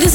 this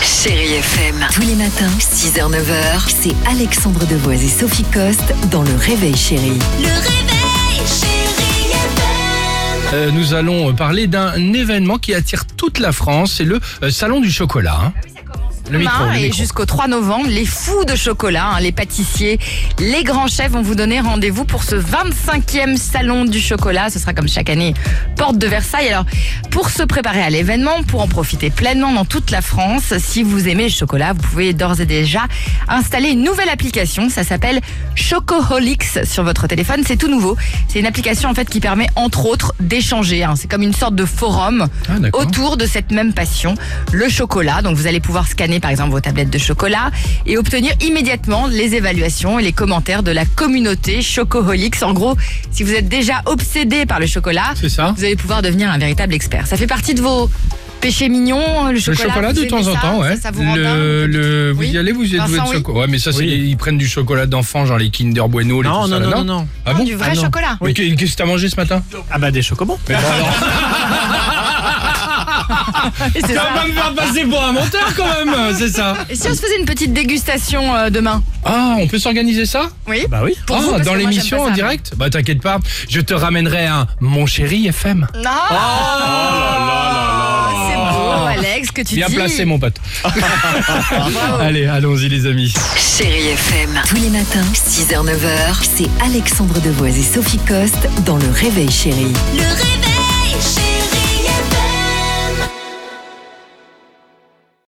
Chérie FM, tous les matins, 6h-9h, c'est Alexandre Devoise et Sophie Coste dans Le Réveil Chérie. Le réveil, Chérie FM. Euh, nous allons parler d'un événement qui attire toute la France, c'est le euh, Salon du chocolat. hein. Ah Le micro, Demain le et micro. jusqu'au 3 novembre, les fous de chocolat, hein, les pâtissiers, les grands chefs vont vous donner rendez-vous pour ce 25e salon du chocolat. Ce sera comme chaque année, porte de Versailles. Alors, pour se préparer à l'événement, pour en profiter pleinement dans toute la France, si vous aimez le chocolat, vous pouvez d'ores et déjà installer une nouvelle application. Ça s'appelle Chocoholix sur votre téléphone. C'est tout nouveau. C'est une application en fait qui permet entre autres d'échanger. hein. C'est comme une sorte de forum Ah, d'accord. autour autour de cette même passion, le chocolat. Donc vous allez pouvoir scanner par exemple vos tablettes de chocolat et obtenir immédiatement les évaluations et les commentaires de la communauté Chocoholix. En gros, si vous êtes déjà obsédé par le chocolat, C'est ça. vous allez pouvoir devenir un véritable expert. Ça fait partie de vos péchés mignons, le Le chocolat. chocolat vous de aimez temps en ça temps, ouais. Ça, ça vous rend le, dingue le- vous y Oui. allez, vous y êtes doué de Vincent, oui. chocolat. Ouais, mais ça, c'est, Oui. ils prennent du chocolat d'enfant, genre les Kinder Bueno, les Non, tout non, ça, non, là, non, non. Ah bon Du vrai Ah non. chocolat. Mais qu'est- qu'est-ce que t'as mangé ce matin Ah bah des chocobons. Mais bon, alors, Et c'est ça. me faire passer pour un menteur quand même, c'est ça. Et si on se faisait une petite dégustation euh, demain Ah, on peut s'organiser ça Oui Bah oui. Pour Ah, vous, parce dans que moi, l'émission j'aime pas ça. en direct Bah t'inquiète pas, je te ramènerai un Mon chéri FM. Non Ah. Oh, C'est beau, Alex, que tu Bien dis. placé mon pote. Allez, allons-y les amis. Chérie FM, tous les matins, 6h-9h, c'est Alexandre Devoise et Sophie Coste dans Le Réveil Chérie. Le réveil.